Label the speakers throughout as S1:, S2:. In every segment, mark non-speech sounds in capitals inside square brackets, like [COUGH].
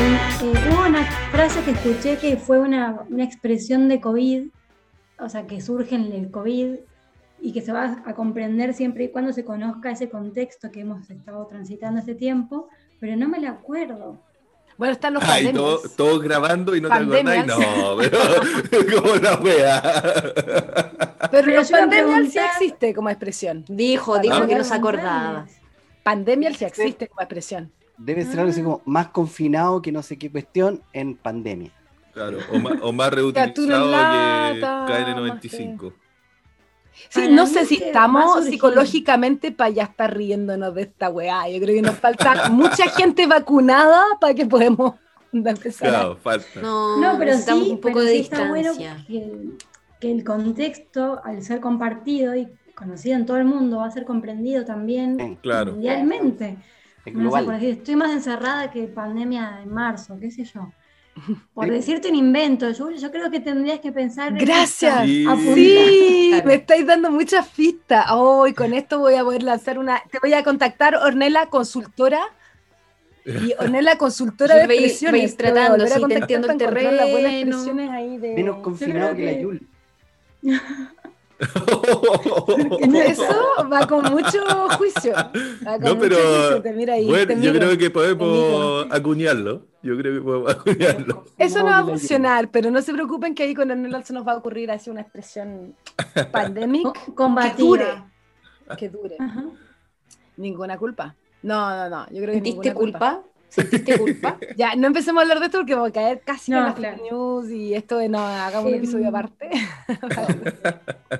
S1: Eh, hubo una frase que escuché que fue una, una expresión de COVID, o sea, que surge en el COVID y que se va a comprender siempre y cuando se conozca ese contexto que hemos estado transitando este tiempo, pero no me la acuerdo.
S2: Bueno, están los
S3: Ay, todo-
S2: pandemias.
S3: todos grabando y no
S2: Pandemias.
S3: te acordáis. No, pero [LAUGHS] como la wea.
S2: Pero
S1: Pero
S2: los
S1: yo iba a
S2: pandemias sí
S1: preguntar-
S2: existe como expresión.
S4: Dijo,
S1: Yo
S4: dijo
S1: no
S4: que
S1: me
S4: no se
S1: acuerdo.
S4: acordaba.
S2: Pandemia sí existe como expresión.
S5: Debe ser
S1: Ah.
S5: algo así como más confinado que no sé qué cuestión en pandemia.
S3: Claro, o más, o más
S2: Cartoon en
S3: reutilizado que
S2: lata,
S3: KN95.
S2: Sí,
S1: Para
S2: no
S1: mí
S2: sé si
S1: que va a
S2: estamos
S1: surgir.
S2: psicológicamente para ya estar riéndonos de esta weá. Yo creo que nos falta mucha gente vacunada para que podamos empezar. a-
S3: Claro, falta.
S4: No,
S1: No, pero
S4: necesitamos
S1: sí,
S4: un poco
S1: pero
S4: de
S1: sí está bueno
S4: distancia.
S1: que, que el contexto, al ser compartido y conocido en todo el mundo, va a ser comprendido también
S5: Sí,
S3: Claro.
S1: mundialmente.
S5: es
S1: No sé, por
S5: global.
S1: decir, estoy más encerrada que pandemia en marzo, qué sé yo. Por
S5: Sí.
S1: decirte un invento, yo, yo creo que tendrías que pensar. en
S2: Gracias.
S1: esto.
S3: Sí.
S1: Apunta.
S2: Sí,
S4: Claro.
S2: me estáis dando muchas pistas. Hoy con esto voy a poder lanzar una. Te voy a contactar, Ornella Consultora. Y Ornella Consultora
S4: Sí,
S2: de
S4: ve- ve
S2: expresiones.
S4: tratando,
S2: voy a volver a
S4: sí, te
S2: contactar
S4: entiendo
S2: para
S4: el
S2: encontrar las buenas
S4: terreno.
S2: expresiones ahí de-
S5: Menos confinado
S1: creo
S5: que la
S1: que-
S5: Yul.
S3: [LAUGHS]
S2: Eso va con mucho juicio. Va con
S3: No,
S2: mucho
S3: pero-
S2: juicio, te mira ahí, te
S3: Bueno,
S2: miro.
S3: yo creo que podemos acuñarlo. Yo creo que podemos acuñarlo.
S2: Eso no va a
S5: Confinado que la Yul.
S2: funcionar, pero no se preocupen que ahí con Ornella se nos va a ocurrir así una
S3: [LAUGHS]
S2: expresión pandemic [LAUGHS]
S1: Co-
S2: que dure.
S1: Combativa.
S2: Que dure.
S1: Ajá.
S2: Ninguna culpa. No, no, no. Yo creo que
S4: ¿Sentiste
S2: ninguna
S4: culpa?
S2: [LAUGHS]
S4: ¿Sentiste culpa?
S2: Ya, no empecemos a hablar de esto porque vamos a caer casi
S1: No,
S2: en las
S1: claro.
S2: fake news y esto de no, hagamos un
S1: Em,
S2: episodio aparte.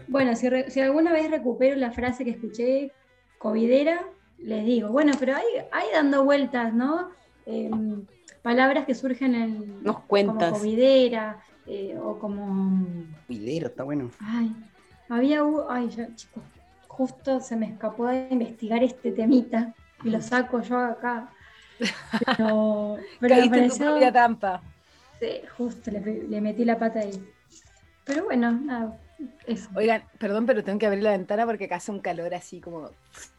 S1: Bueno, si, re- si alguna vez recupero la frase que escuché, covidera, les digo, bueno, pero hay, hay dando vueltas, ¿no? Em, palabras que surgen en,
S4: Nos
S1: como
S4: cuentas.
S1: covidera eh, o como...
S5: Cuidero, está bueno.
S1: Ay, había... u- Ay, ya, chicos, justo se me escapó de investigar este temita y lo saco yo
S2: [LAUGHS]
S1: acá. Pero, pero me
S2: Caíste en tu
S1: pareció-
S2: propia trampa.
S1: sí, justo le, le metí la pata ahí. Pero bueno, nada, eso.
S2: Oigan, perdón, pero tengo que abrir la ventana porque acá hace un calor así como...
S3: Dale,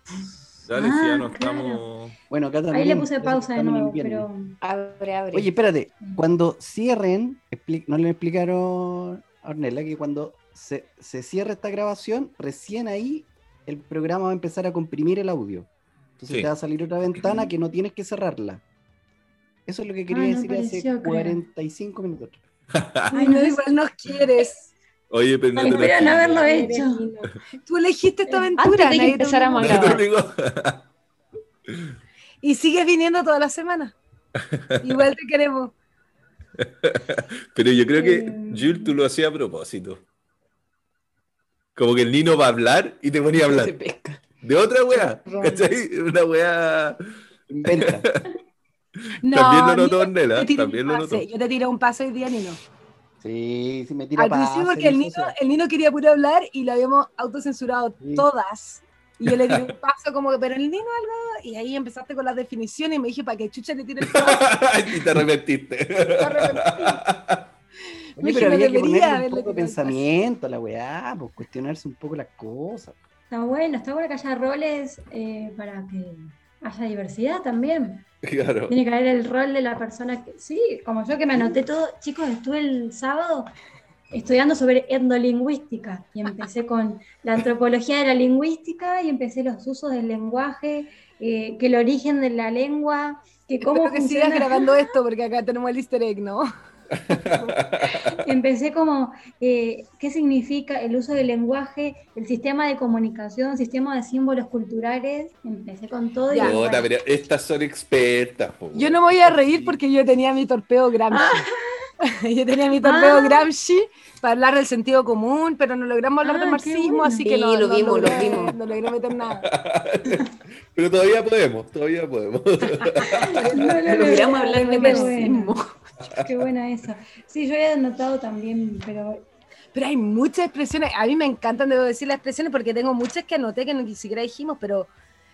S3: si ya
S1: Ah, claro.
S3: no estamos.
S5: Bueno, acá también.
S1: Ahí le puse
S5: parece que
S1: pausa de
S5: estamos en
S1: nuevo,
S5: invierno.
S1: pero...
S4: Abre, abre.
S5: Oye, espérate, cuando cierren, expli- no le explicaron a Ornella que cuando se, se cierre esta grabación, recién ahí el programa va a empezar a comprimir el audio. Entonces
S3: Sí.
S5: te va a salir otra ventana que no tienes que cerrarla. Eso es lo que quería
S1: no
S5: decir
S1: apareció,
S5: hace
S1: creo.
S5: 45 minutos.
S3: Ah.
S2: [LAUGHS] Ay, no, igual nos quieres.
S3: Oye, pero no
S1: Ay,
S3: te lo
S1: espero no haberlo hecho.
S2: Tú elegiste esta
S1: Eh,
S2: aventura.
S4: antes de que
S2: nadie te
S4: empezáramos a
S2: obligó.
S3: No te digo.
S2: Y sigues viniendo toda la
S3: [LAUGHS]
S2: semana. Igual te queremos.
S3: Pero yo creo que,
S1: Eh,
S3: Jules, tú lo hacías a propósito. Como que el Nino va a hablar y te ponía a hablar. De otra weá. ¿Cachai? Una weá.
S5: Inventa.
S2: No,
S3: También lo
S2: Nino,
S3: notó
S2: yo
S3: Ornella.
S2: te tiré
S3: También
S2: un
S3: lo
S2: pase.
S3: notó.
S2: Yo te tiré un paso hoy día, Nino.
S5: Sí, sí, me tira
S2: Al principio porque el niño, el niño quería puro hablar y lo habíamos autocensurado
S5: Sí.
S2: todas. Y yo le di un
S4: [LAUGHS]
S2: paso como que, pero el niño algo, y ahí empezaste con las definiciones y me dije, ¿para qué chucha le
S4: [LAUGHS]
S2: tire el paso?
S3: [LAUGHS] y te arrepentiste.
S2: Me arrepentí.
S5: Oye,
S2: Imagino,
S5: pero había que
S2: debería
S5: ponerle
S2: haberle
S5: un poco de
S2: tirado el paso.
S5: pensamiento a la weá, pues cuestionarse un poco las cosas.
S1: Está bueno, está bueno que haya roles eh, para que haya diversidad también.
S3: claro.
S1: Tiene que haber el rol de la persona que. Sí, como yo que me anoté todo. Chicos, estuve el sábado estudiando sobre etnolingüística y
S2: [LAUGHS]
S1: empecé con la antropología de la lingüística y empecé los usos del lenguaje, eh, que el origen de la lengua, que cómo
S2: Espero que sigas
S1: funciona.
S2: grabando esto porque acá tenemos el easter egg, ¿no?
S1: Empecé como, eh, ¿qué significa el uso del lenguaje, el sistema de comunicación, sistema de símbolos culturales? Empecé con todo.
S2: Ya.
S1: y
S3: Puta, pero estas son expertas. po.
S2: Yo no me voy a reír porque yo tenía mi torpeo Gramsci. [LAUGHS] yo tenía mi torpeo
S1: Ah.
S2: Gramsci para hablar del sentido común, pero no logramos hablar
S1: Ah,
S2: de
S1: qué
S2: marxismo,
S1: bueno.
S2: así que
S4: Sí,
S2: no,
S4: lo
S2: no
S4: vimos, lo
S2: logré- [LAUGHS]
S4: vimos.
S2: no logré meter nada.
S3: Pero todavía podemos,
S2: [LAUGHS]
S3: todavía podemos.
S1: [LAUGHS]
S4: Logramos hablar de
S1: Qué buena,
S4: marxismo.
S1: Qué buena esa. Sí, yo había notado también, pero
S2: Pero hay muchas expresiones. A mí me encantan, debo decir, las expresiones porque tengo muchas que anoté que ni siquiera dijimos, pero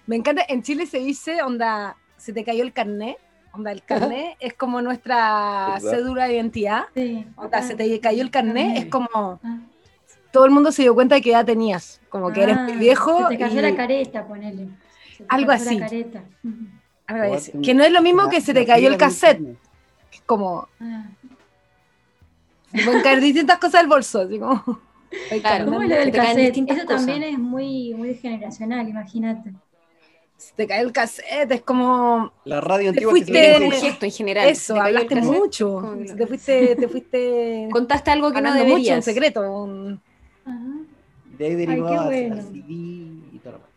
S2: me encanta. En Chile se dice, onda, se te cayó el carné. Onda, el carné es como nuestra
S3: ¿Verdad?
S2: cédula de identidad.
S1: Sí.
S2: Onda, se te cayó el carné. Es como
S1: Ah.
S2: todo el mundo se dio cuenta de que ya tenías. Como que eres
S1: Ah,
S2: muy viejo.
S1: Se te cayó
S2: y-
S1: la careta, ponele. Se te
S2: Algo
S1: cayó
S2: así.
S1: La careta. Ujú.
S2: algo así. Que no es lo mismo que se te cayó el cassette. que es como
S1: Ah.
S2: te pueden caer distintas cosas del bolso. así como-
S4: [LAUGHS] Claro.
S1: ¿Cómo es lo del
S4: Se te caen
S1: cassette?
S4: distintas
S1: Eso
S4: cosas.
S1: también es muy, muy generacional, imagínate.
S2: Se te cayó el cassette. Es como
S5: La radio
S2: Te
S5: antigua que se
S2: fuiste-
S5: veía
S4: Eres
S5: en
S4: un
S5: Cuba.
S4: gesto en general. Se
S2: eso.
S4: te cayó el
S2: Hablaste
S4: cassette.
S2: mucho.
S4: Como que lo-
S2: Te fuiste, te
S4: [LAUGHS]
S2: fuiste
S4: Contaste algo que no
S2: hablando mucho en
S4: deberías.
S2: secreto. un-
S1: Ajá.
S5: De ahí derivaba
S1: qué
S5: la
S1: bueno.
S5: CD y todo lo demás.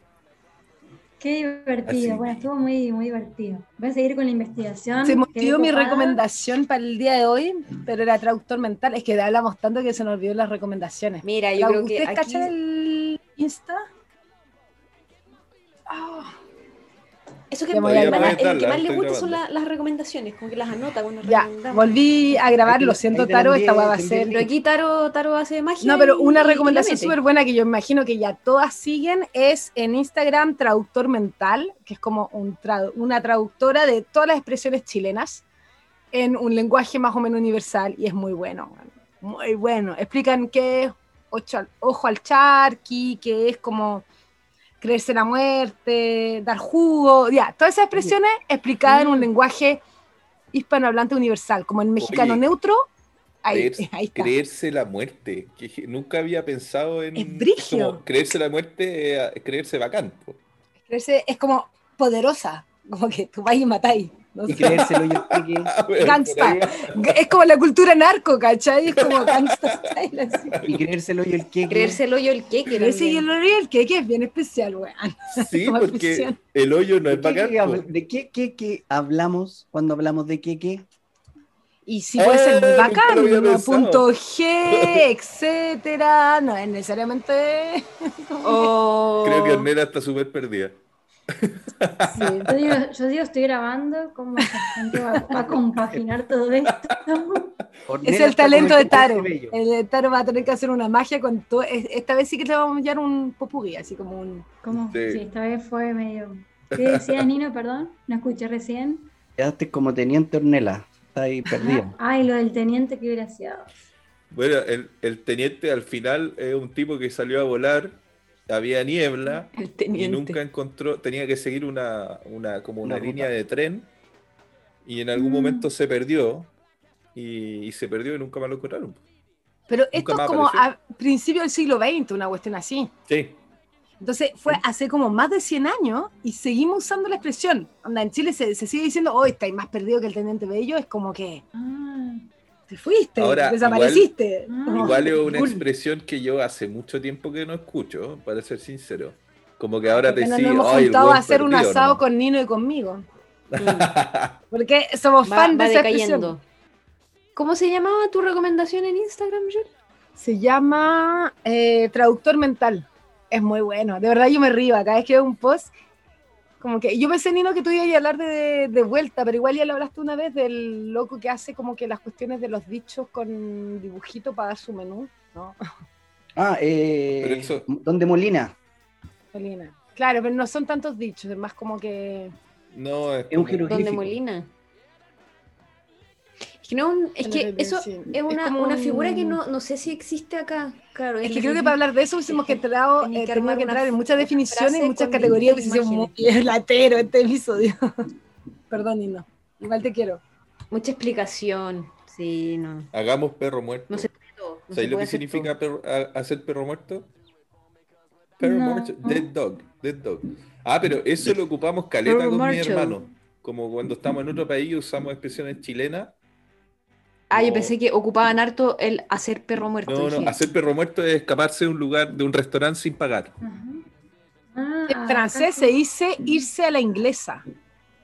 S1: Qué divertido.
S3: Así.
S1: Bueno, estuvo muy, muy divertido. Voy a seguir con la
S4: Ah,
S1: investigación.
S2: Se
S1: Quedé
S2: motivó mi
S1: copada.
S2: recomendación para el día de hoy, pero era traductor mental. Es que hablamos tanto que se nos olvidó las recomendaciones.
S4: Mira, yo creo que
S2: ¿Ustedes
S4: aquí
S2: cachan el Insta? Ah,
S4: Eso que,
S2: Ya me voy a
S4: el
S2: grabar.
S4: que más le
S3: Estoy
S4: gusta son
S3: grabando.
S4: la- las recomendaciones, como que las anota cuando
S2: ya,
S4: recomendamos.
S2: volví a grabar,
S5: Ahí te-
S2: lo siento,
S5: ahí te
S2: Taro,
S5: mandé-
S2: esta hueá va a
S5: te
S2: ser.
S4: Pero aquí Taro, Taro hace magia.
S2: No, pero
S4: y-
S2: una
S4: y la
S2: recomendación
S4: mete.
S2: súper buena que yo imagino que ya todas siguen es en Instagram Traductor Mental, que es como un trad- una traductora de todas las expresiones chilenas en un lenguaje más o menos universal y es muy bueno, muy bueno. Explican qué es ocho al- ojo al charqui, qué es como creerse la muerte, dar jugo, ya, todas esas expresiones explicadas
S4: Mm.
S2: en un lenguaje hispanohablante universal, como en mexicano
S3: Oye,
S2: neutro, ahí,
S3: creerse-
S2: [LAUGHS] ahí está.
S3: Creerse la muerte. que je- nunca había pensado en.
S2: Es brígido.
S3: como creerse la muerte eh, es creerse bacán. po. [LAUGHS]
S2: creerse es como poderosa, como que tú vas y matáis. no
S5: Y
S2: sé.
S5: creérselo yo sé que
S3: Ah,
S2: [LAUGHS]
S3: bueno,
S2: Gangsta.
S3: por ahí
S2: [LAUGHS] Es como la cultura narco, ¿cachai? Es como gangsta style,
S3: [LAUGHS]
S2: así.
S5: y creérselo yo el que
S4: Creerse el hoyo el queque.
S2: Creerse y
S4: también.
S2: el Oriel, que, que es bien especial, weón.
S3: va.
S2: [LAUGHS]
S3: Sí,
S2: Como
S3: porque
S2: fusión.
S3: el hoyo no
S5: ¿De
S3: es
S5: qué,
S3: bacán.
S5: que
S3: po.
S5: habl- de qué, qué- qué hablamos cuando hablamos de qué, qué?
S2: Y sí puede ser muy
S3: Eh, nunca
S2: bacán,
S3: lo había
S2: uno,
S3: pensado.
S2: punto G, etcétera. No es
S3: [LAUGHS]
S2: necesariamente.
S4: O-
S3: Creo que Ornella está súper perdida.
S2: Sí.
S1: Yo digo, yo digo, estoy grabando, ¿cómo esta gente va, va a compaginar todo esto?
S2: [LAUGHS]
S5: Ornella
S2: Es el
S5: está
S2: talento de
S5: con este el
S2: Taro.
S5: cabello.
S2: El de Taro va a tener que hacer una magia con todo. es- Esta vez sí que le vamos a dar un popugui, así como un.
S1: ¿Cómo?
S3: Sí.
S5: Este,
S1: Sí. esta vez fue medio... ¿Qué decías,
S5: [LAUGHS]
S1: Nino? Perdón, no escuché recién.
S5: Quedaste como teniente Ornella. Está ahí perdido.
S1: Ay, lo del teniente, qué gracioso.
S3: Bueno, el, el teniente al final es un tipo que salió a volar, había niebla
S4: El
S3: y
S4: teniente.
S3: nunca encontró, tenía que seguir una, una- como una,
S5: Una ruta.
S3: línea de tren y en algún
S1: Mm.
S3: momento se perdió y, y se perdió y nunca más lo encontraron.
S2: Pero esto es
S3: más
S2: como a
S3: apareció.
S2: principios del siglo XX, una cuestión así.
S3: Sí,
S2: Entonces fue hace como más de 100 años y seguimos usando la expresión. Onda, en Chile se, se sigue diciendo, hoy estáis más perdido que el teniente Bello, es como que
S1: Ah,
S2: te fuiste,
S3: Ahora,
S2: desapareciste.
S1: igual-
S4: Ah.
S2: Como-
S3: Ah, igual es una
S2: Cool.
S3: expresión que yo hace mucho tiempo que no escucho, para ser sincero. Como que ahora te
S2: Bueno,
S3: decís,
S2: nos hemos
S3: "Ay, el
S2: juntado a
S3: weón
S2: hacer un
S3: perdido",
S2: asado
S3: ¿no?
S2: con Nino y conmigo.
S4: Mm.
S2: Porque somos
S4: Va,
S2: fan de
S4: va
S2: esa expresión.
S4: decayendo. ¿Cómo se llamaba tu recomendación en Instagram, Jill?
S2: Se llama eh, Traductor Mental. Es muy bueno. De verdad yo me río. Cada vez que veo un post, como que yo pensé, Nino, que tú ibas a hablar de, de vuelta, pero igual ya lo hablaste una vez del loco que hace como que las cuestiones de los dichos con dibujito para dar su menú, ¿no? [LAUGHS]
S5: Ah, eh,
S3: Pero eso-
S5: Don de Molina.
S2: Melina. Claro, pero no son tantos dichos, es más como que...
S3: [LAUGHS] No, es
S5: Es un
S3: como-
S4: Don
S5: jeroglífico.
S4: de Molina. Es que, no, un- es, que eso
S2: Sí.
S4: es una,
S2: como
S4: una
S2: un-
S4: figura que no, no sé si existe acá. Claro,
S2: Es
S4: en
S2: que
S4: la
S2: creo que
S4: Biblia.
S2: para hablar de eso hubiésemos que entrar,
S4: Tenía
S2: eh, tenido
S4: que armar
S2: que
S4: una
S2: entrar en
S4: f-
S2: muchas
S4: una
S2: definiciones y
S4: frase
S2: muchas
S4: con
S2: categorías que hicieron muy [LAUGHS]
S4: imágenes.
S2: latero este episodio. [LAUGHS] Perdón, Nino. Igual te quiero.
S4: Ah, Mucha explicación. Sí, no.
S3: Hagamos perro muerto.
S4: No se puede todo. no se
S3: ¿Sabéis lo
S4: puede
S3: que
S4: hacer
S3: significa
S4: todo.
S3: perro- a- hacer perro muerto? Perro
S1: No.
S3: muerto, dead dog, dead dog. Ah, pero eso lo ocupamos caleta
S4: Perro
S3: con mi
S4: muerto.
S3: hermano. Como cuando estamos en otro país y usamos expresiones chilenas.
S4: Ah, yo
S3: Como-
S4: pensé que ocupaban harto el hacer perro muerto.
S3: No,
S4: dije.
S3: no, hacer perro muerto es escaparse de un lugar, de un restaurante sin pagar.
S1: ajá. Ah,
S2: En francés se
S1: acá-
S2: dice irse a la
S3: [LAUGHS]
S2: inglesa.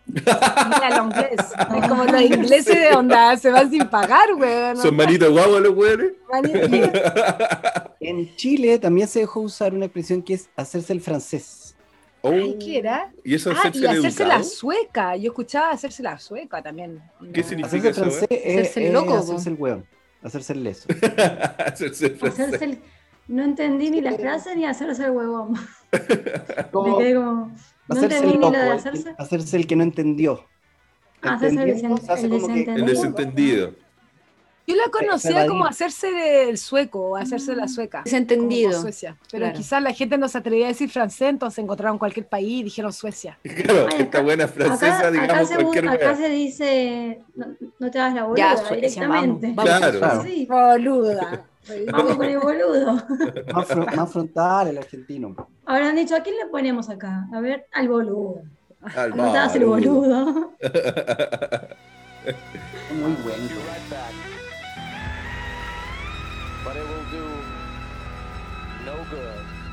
S2: Ir a la inglesa.
S4: Ah.
S2: Es como los ingleses de onda, se van sin pagar, weón.
S3: Son manitos guapos los hueones. [LAUGHS]
S2: Manito.
S5: En Chile también se dejó usar una expresión que es hacerse el francés.
S3: Oh,
S2: Ay, ¿qué era?
S3: Y eso es
S2: Ah, y
S3: hacerse
S2: hacerse
S3: educado.
S2: la sueca. Yo escuchaba hacerse la sueca también.
S3: ¿Qué
S2: No.
S3: significa? eso,
S5: Hacerse el
S1: ¿eh?
S5: francés es,
S4: Hacerse el
S5: es
S4: loco, po.
S5: hacerse el hueón. Hacerse
S1: [LAUGHS]
S5: el leso.
S3: [LAUGHS] Hacerse el francés.
S1: Hacerse el- no entendí ni la frase ni hacerse el huevón. Me
S5: Como
S1: quedé como. No
S5: hacerse,
S1: entendí
S5: el
S1: ni
S5: loco,
S1: lo de
S5: el-
S1: hacerse.
S5: hacerse el que no entendió.
S1: Hacerse el
S5: Entendiendo,
S1: desen-
S5: se hace
S1: el
S5: como que-
S3: El
S1: desentendido.
S3: desentendido.
S2: Yo la conocía
S5: evadí.
S2: como hacerse el sueco o hacerse la sueca. como por
S4: Desentendido.
S2: Suecia. Pero
S4: claro.
S2: quizás la gente no se atrevía a decir francés, entonces encontraron cualquier país y dijeron Suecia.
S3: Claro,
S1: Ay,
S3: esta
S1: acá-
S3: buena francesa,
S1: acá,
S3: digamos,
S1: acá se, bu-
S3: cualquier
S1: acá
S3: wea.
S1: se dice, no, no te hagas la
S4: Ya,
S1: boluda
S4: Suecia, vamos.
S1: directamente.
S4: vamos.
S3: Claro.
S5: Claro.
S1: Sí,
S2: Boluda.
S1: vamos con el boludo.
S5: Más, fro- más frontal el argentino.
S1: Ahora han dicho, ¿a quién le ponemos acá? A ver, al boludo.
S3: Al
S1: No te hagas el
S3: boludo. [LAUGHS]
S1: boludo.
S5: Muy bueno.
S6: be right back. But it will do no good.